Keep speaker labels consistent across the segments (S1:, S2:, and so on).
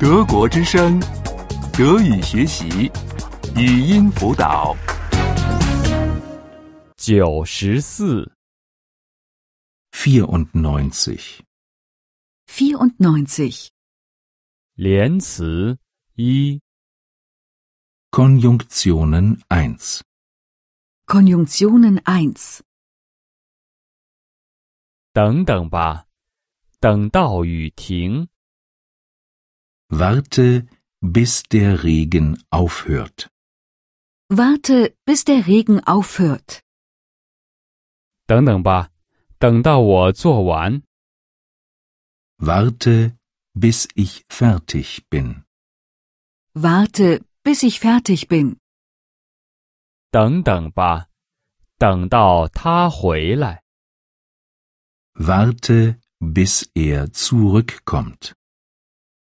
S1: 德国之声，德语学习，语音辅导。
S2: 九十四，
S3: 94.
S4: 94.
S2: 连词一，
S3: Konjunktionen 1.
S4: Konjunktionen 1.
S2: 等等吧，等到雨停，
S3: Warte, bis der Regen aufhört.
S4: Warte, bis der Regen aufhört.
S2: 等等吧，等到我做完，
S3: Warte, bis ich fertig bin.
S4: Warte, bis ich fertig bin.
S2: 等等吧，等到他回来，
S3: Warte, bis er zurückkommt.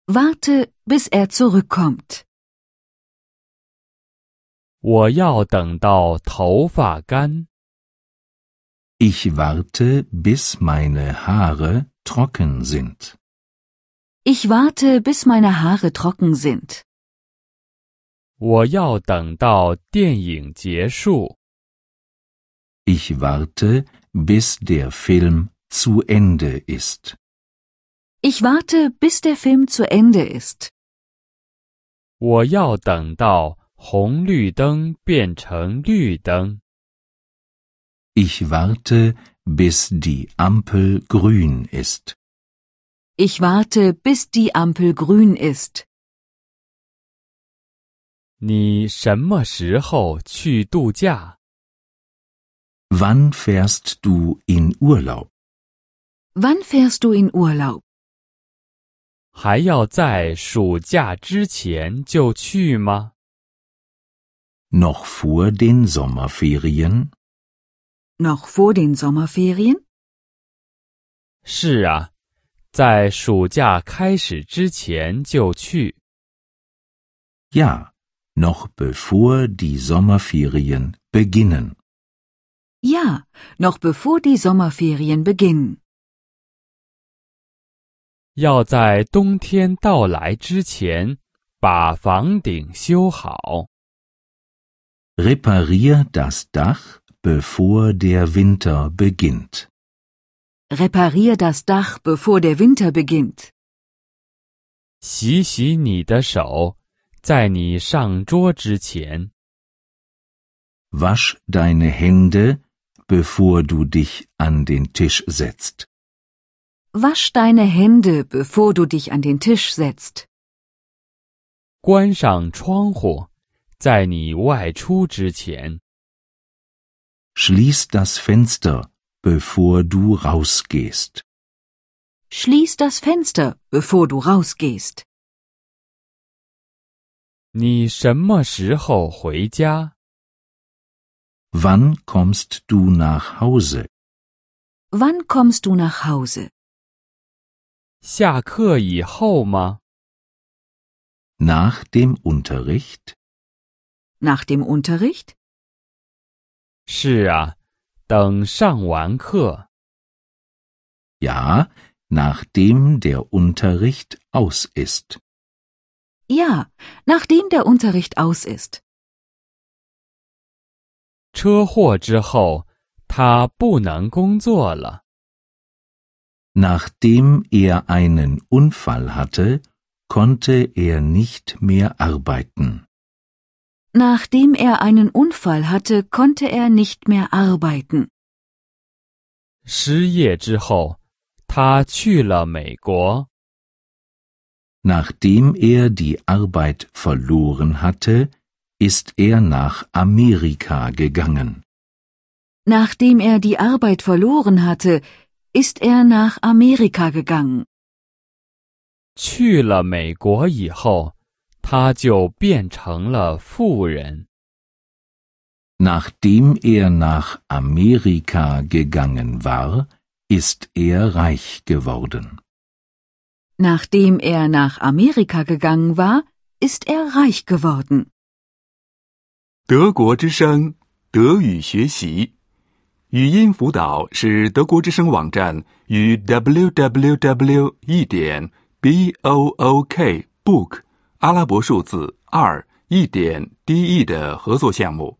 S4: Warte, bis er zurückkommt.
S2: 我要等到头发干，
S3: Ich warte, bis meine Haare trocken sind.
S4: Ich warte, bis meine Haare trocken sind.
S2: 我要等到电影结束，
S3: Ich warte, bis der Film zu Ende ist.
S4: Ich warte, bis der Film zu Ende ist.
S2: 我要等到红绿灯变成绿灯，
S3: Ich warte, bis die Ampel grün ist.
S4: Ich warte, bis die Ampel grün ist.
S2: 你什么时候去度假？
S3: Wann fährst du in Urlaub?
S4: Wann fährst du in Urlaub?
S2: 还要在暑假之前就去吗？
S3: Noch vor den Sommerferien?
S4: Noch vor den Sommerferien?
S2: 是啊，在暑假开始之前就去。
S3: Ja, noch bevor die Sommerferien beginnen.
S4: Ja, noch bevor die Sommerferien beginnen.
S2: 要在冬天到来之前把房顶修好。
S3: Reparier das Dach, bevor der Winter beginnt.
S4: Reparier das Dach, bevor der Winter beginnt.
S2: 洗洗你的手，在你上桌之前。
S3: Wasch deine Hände, bevor du dich an den Tisch setzt.
S4: Wasch deine Hände, bevor du dich an den Tisch setzt.
S2: 关上窗户，在你外出之前。
S3: Schließ das Fenster, bevor du rausgehst.
S4: Schließ das Fenster, bevor du rausgehst.
S2: 你什么时候回家？
S3: Wann kommst du nach Hause?
S4: Wann kommst du nach Hause?
S2: 下课以后吗？
S3: Nach dem Unterricht?
S4: Nach dem Unterricht?
S2: 是啊，等上完课。
S3: Ja, nachdem der Unterricht aus ist.
S4: Ja, nachdem der Unterricht aus ist.
S2: 车祸之后，他不能工作了。
S3: Nachdem er einen Unfall hatte, konnte er nicht mehr arbeiten.
S4: Nachdem er einen Unfall hatte, konnte er nicht mehr arbeiten.
S2: 失业之后，他去了美国。
S3: Nachdem er die Arbeit verloren hatte, ist er nach Amerika gegangen.
S4: Nachdem er die Arbeit verloren hatte, ist er nach Amerika gegangen.
S2: 去了美国以后，他就变成了富人。
S3: Nachdem er nach Amerika gegangen war, ist er reich geworden.
S4: Nachdem er nach Amerika gegangen war, ist er reich geworden.
S1: 德国之声，德语学习，语音辅导是德国之声网站与 www. 一点 b o o k book 阿拉伯数字二一点 de E 的合作项目。